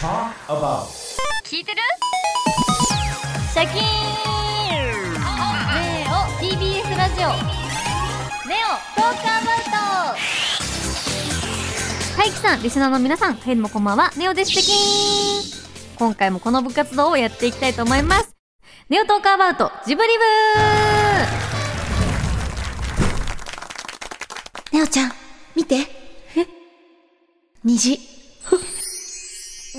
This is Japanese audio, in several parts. Talk about. 聞いてるシャキーンネオ TBS ラジオネオトークアバウトはいきさんリスナーの皆さんはいどうもこんばんはネオですシャキーン今回もこの部活動をやっていきたいと思いますネオトークアバウトジブリネオちゃん、見て。え虹。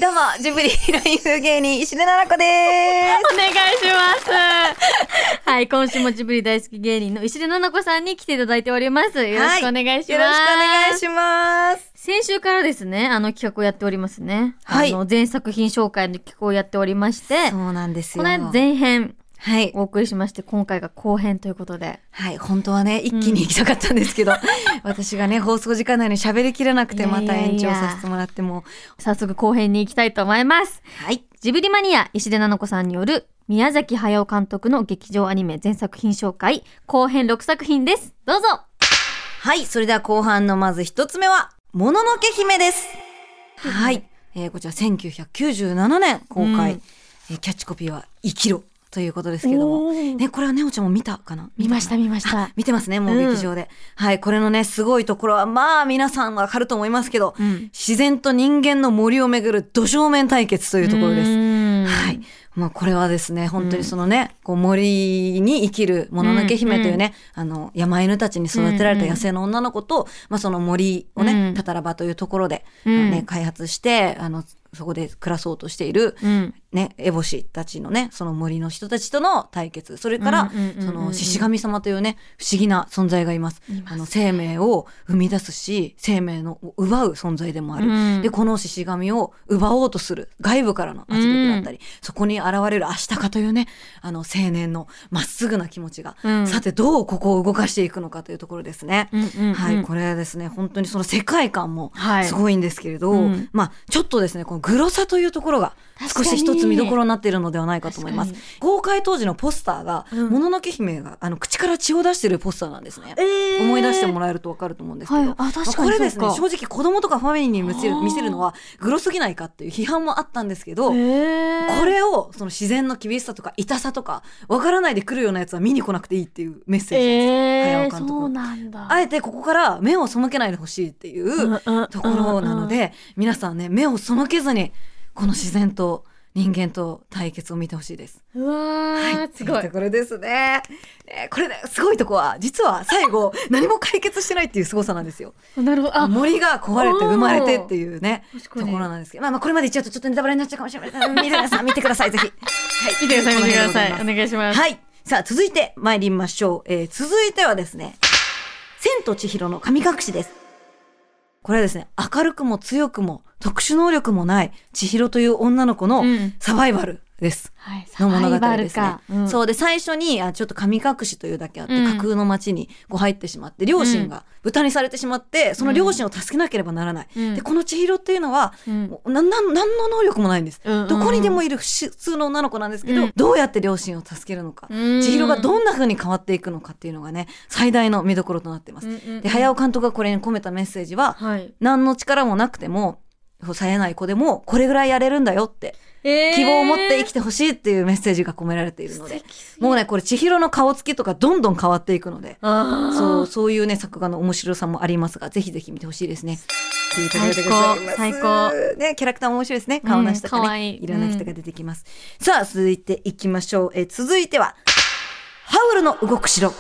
どうも、ジブリヒロイン風芸人、石田奈々子でブお願いしますはい今週もジブリ大好き芸人の石出奈々子さんに来ていただいておりますよろしくお願いします、す。よろしくお願いします。先週からですね、あの企画をやっておりますね。はいあの、全作品紹介の企画をやっておりまして、そうなんですこよ。の間前編はい。お送りしまして、今回が後編ということで。はい、本当はね、一気に行きたかったんですけ ど、私がね、放送時間内に喋りきらなくて、また延長させてもらっても。早速後編に行きたいと思います。はい。ジブリマニア、石出奈々子さんによる、宮崎駿監督の劇場アニメ全作品紹介、後編6作品です。どうぞはい、それでは後半のまず一つ目は、もののけ姫です。はい、えーこちら1997年公開、うんえーキャッチコピーは生きろということですけども、おーね、これはねおちゃんも見たかな見ました、見ましたあ。見てますね、もう劇場で。はい、これのね、すごいところは、まあ皆さんわかると思いますけど、ん自然と人間の森をめぐる土正面対決というところです。ははい。。まあ、これはですね、本当にそのね、こう森に生きるもののけ姫というね、あの、山犬たちに育てられた野生の女の子と、まあ、その森をね、うんタタラバというところで、うんね、開発して、あの、そこで暮らそうとしている、うん。ね、エボシたちのね、その森の人たちとの対決、それから、うんうんうんうんその獅子神様というね、不思議な存在がいます。あの、生命を生み出すし、生命のを奪う存在でもある。うんで、この獅子神を奪おうとする外部からの圧力だったり、そこに現れるアシタカというね、あの、青年のまっすぐな気持ちが、うんさてどうここを動かしていくのかというところですね。うんうんうんはい、これはですね、本当にその世界観もはいすごいんですけれど、うんまあ、ちょっとですね、このグロさというところが確か少にし一つ見どころになっているのではないかと思います確。公開当時のポスターが、うんもののけ姫があの口から血を出しているポスターなんですね。え思い出してもららえるとわかると思うんですけど、はいあ確かにまこれですねそうか正直子供とかファミリーに見せあーる見せるのはグロすぎないかっていう批判もあったんですけど、えこれをその自然の厳しさとか痛さとかわからないで来るようなやつは見に来なくていいっていうメッセージです、え早え尾ー、監督そうなんだ。あえてここから目を背けないでほしいっていうところなので、皆さんね目を背けずにこの自然と人間と対決を見てほしいです。うんうんうん。うわー、すごいと。うところですね。ねこれねすごいとこは実は最 後何も解決してないっていう凄さなんですよ。なるほど。あ、森が壊れて生まれてっていうねおー確とかこにろなんですけど、まあまあこれまで言っちゃうとちょっとネタバレになっちゃうかもしれません。皆さん見てくださいぜひ。はい見てください、見てください。この辺でござますお願いします。はい。さあ、続いて参りましょう。えー続いてはですね、千と千尋の神隠しです。これはですね、明るくも強くも特殊能力もない千尋という女の子のうんサバイバルです。はい。サの物語バイバでルすねか。。うんそうで、最初に、あちょっと神隠しというだけあって、うん架空の町にこう入ってしまって、両親が豚にされてしまって、その両親を助けなければならない。うんで、この千尋っていうのは、うんもうなん、なん、なんの能力もないんです。うんうんうんどこにでもいる普通の女の子なんですけど、うんどうやって両親を助けるのか、うん千尋がどんな風に変わっていくのかっていうのがね、最大の見どころとなってます。うんうんうんで、早尾監督がこれに込めたメッセージは、はい。何の力もなくても、冴えない子でも、これぐらいやれるんだよって、え希望を持って生きててほしいっていうメッセージが込められているので、もうね、これ千尋の顔つきとかどんどん変わっていくので、ああ。そう、そういうね、作画の面白さもありますが、ぜひぜひ見てほしいですね。最高最高。ね、キャラクターも面白いですね。顔なしとかね。うん可愛いいろんな人が出てきます。さあ、続いていきましょう。えー続いては、ハウルの動く城。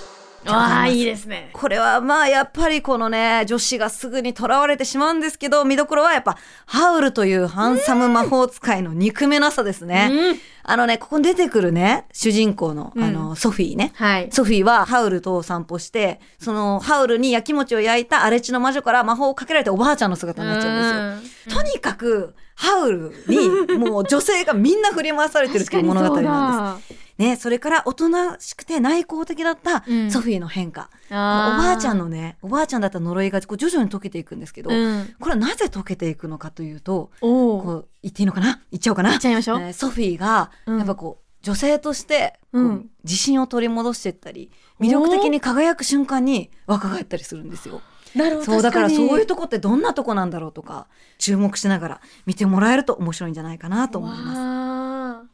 ああ、いいですね。これはまあやっぱりこのね、女子がすぐに囚われてしまうんですけど、見どころはやっぱ、ハウルというハンサム魔法使いの憎めなさですね。うんあのね、ここに出てくるね、主人公の、うんあの、ソフィーね。はい。ソフィーはハウルと散歩して、そのハウルに焼き餅を焼いた荒地の魔女から魔法をかけられておばあちゃんの姿になっちゃうんですすよ。とにかく、ハウルに、もう女性がみんな振り回されてるっていう物語なんでです。す。ね、それからおとなしくて内向的だったうんソフィーの変化。おおばあちゃんのね、おばあちゃんだった呪いがこう徐々に解けていくんですけど、うん。これはなぜ解けていくのかというと、おお。こう、言っていいのかな言っちゃおうかな行っちゃいましょう。えーソフィーが、うんやっぱこう、女性として、こううん自信を取り戻していったり、魅力的に輝く瞬間に若返ったりするんですよ。なるほどそうだから確かにそういうとこってどんなとこなんだろうとか注目しながら見てもらえると面白いんじゃないかなと思います。ます。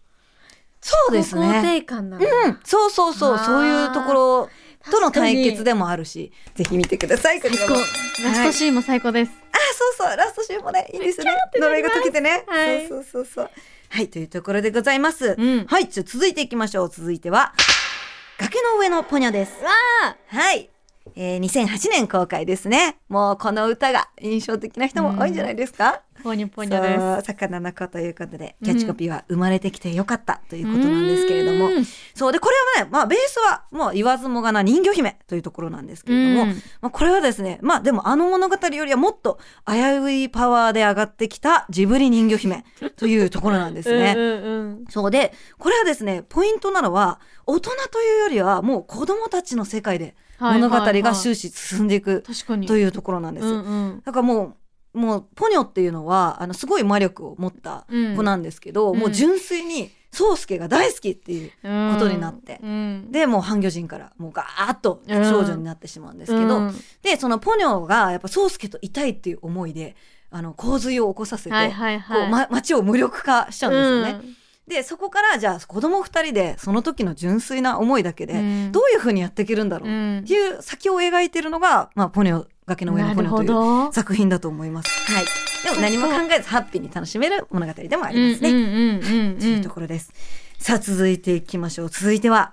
そうです肯ね。定感なの。うん、そうそうそうわーそういうところとの確かに対決でもあるし、ぜひ見てください。最最高ラストシーンも最高です。あ、そうそう、ラストシーンもね、いいですね。呪いが解けてね。はいそうそうそうそう。はい、というところでございます。うんはい、じゃあ続いていきましょう。続いては、崖の上のポニョです。わあ、はい。えー、2008年公開ですね。もうこの歌が印象的な人も多いんじゃないですか、ポニョポそうニョです。魚の子ということで、うんキャッチコピーは生まれてきてよかったということなんですけれども。うんそう。で、これはね、まあベースはもう言わずもがな人魚姫というところなんですけれども、うんまあ、これはですね、まあでもあの物語よりはもっと危ういパワーで上がってきたジブリ人魚姫というところなんでうすんね。うんそうで、これはですね、ポイントなのは、大人というよりはもう子供たちの世界ではい物語はいはがい終始進んでいく確かに。というところなんです。うんうんだからもう、もうポニョっていうのは、あの、すごい魔力を持ったうん子なんですけど、うんもう純粋に、宗介が大好きっていうことになってうんでもう半魚人からもうガーッと少女になってしまうんですけど、うんでそのポニョがやっぱ宗介といたいっていう思いであの洪水を起こさせて、はいはいはい。こうま、町を無力化しちゃうんですよね。ね。でそこからじゃあ子供二人でその時の純粋な思いだけで、うんどういうふうにやっていけるんだろうっていう先を描いてるのが、まあ、ポニョ崖の上のなポニるョとほいうど。作品だと思います。はい、でも何も考えずハッピーに楽しめる物語でもあありますね。うんうんうんうんというところです。さあ続いていきましょう。続いては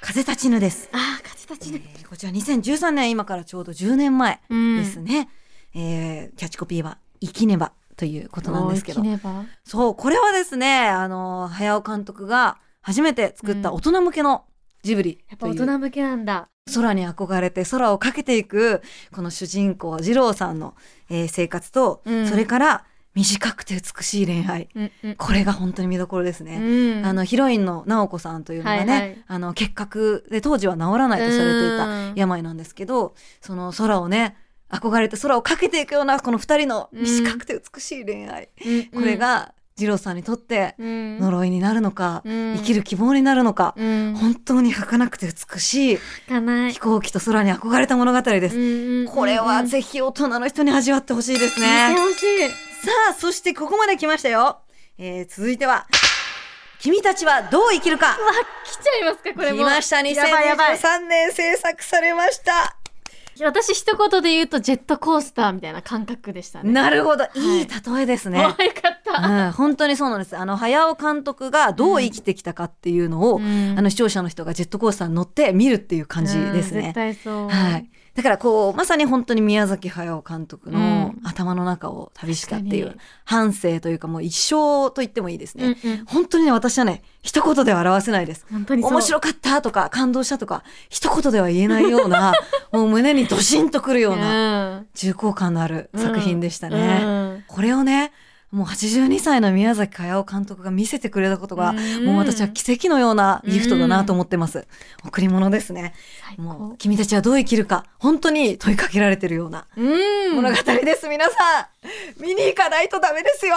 風立ちぬです。ああ、勝ちたちね。えーこちら2013年今からちょうど10年前うんですね、えーキャッチコピーは「生きねば」ということなんですけど、おー生きねばそうこれはですねあの早尾監督が初めて作ったうん大人向けのジブリやっぱとい大う、人向けなんだ。空に憧れて空をかけていくこの主人公二郎さんの、えー生活と、うんそれから短くて美しい恋愛うんうん。これが本当に見どころですね。うんあのヒロインの直子さんというのがね、はいはいあの結核で当時は治らないとされていたうん病なんですけどその空をね憧れて空をかけていくようなこの二人のうん短くて美しい恋愛、うんこれ、が二郎さんにとってうん呪いになるのか、うん生きる希望になるのか、うん。本当に儚くて美しい書かない飛。行機と空に憧れた物語です、これはひぜひ大人の人に味わってほしいです見ねてほしい。さあ、そしてここまで来ましたよ。えー、続いては、君たちはどう生きるか来ちゃいますかこれも。来ました、やばいやばい。 2023年制作されました。私一言で言うとジェットコースターみたいな感覚でしたね。なるほど、いいい例えですね。 あよかった。うん、本当にそうなんです。あの、早尾監督がどう生きてきたかっていうのを、あの、視聴者の人がジェットコースターに乗って見るっていう感じですうん絶ね。対そう。はい。だからこう、まさに本当に宮崎駿監督のうん頭の中を旅したってい確うか反省というかもう一生と言ってもいいですね。うんうん本当にね、私はね、一言では表せないです。本当にそう。面白かったとか、感動したとか、一言では言えないよう な、もう胸にドシンとくるような、な重厚感のある作品でしたね。ね。これをね、もう82歳の宮崎駿監督が見せてくれたことが、うんもう私は奇跡のようなギフトだなと思ってます。贈り物ですね。最高もう、君たちはどう生きるか、本当に問いかけられてるようなうん。物語です、皆さん見に行かないとダメで すよ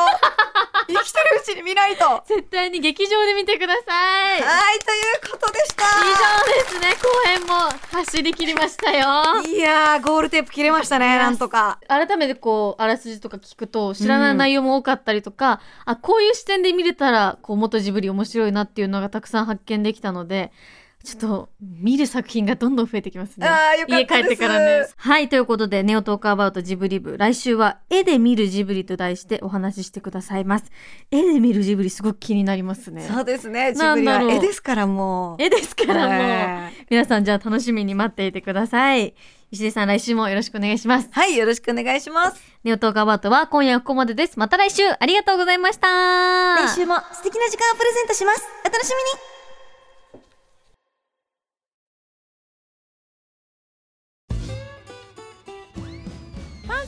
生きてるうちに見ないとは絶対に劇場で見てください。以い、ということでした上ですね。公演も走り切りましたよ。いやー、ゴールテープ切れましたね、なんとか。改めてこうあらすじとか聞くと知らない内容も多かったりとか、あこういう視点で見れたらこう元ジブリ面白いなっていうのがたくさん発見できたのでちょっと見る作品がどんどん増えてきますね。あーよかった家です帰ってからね。はいということで「ネオトークアバウトジブリ部」来週は「絵で見るジブリ」と題してお話ししてくださいます。絵で見るジブリすごく気になりますね。そうですね、ジなブんリだはろう絵ですからもう。絵ですからもう、はい皆さんじゃあ楽しみに待っていてください。石出さん来週もよろしくお願いします。はい、よろしくお願いします。ネオトークアバートは今夜はここまでです。また来週ありがとうございました。来週も素敵な時間をプレゼントします。お楽しみにパン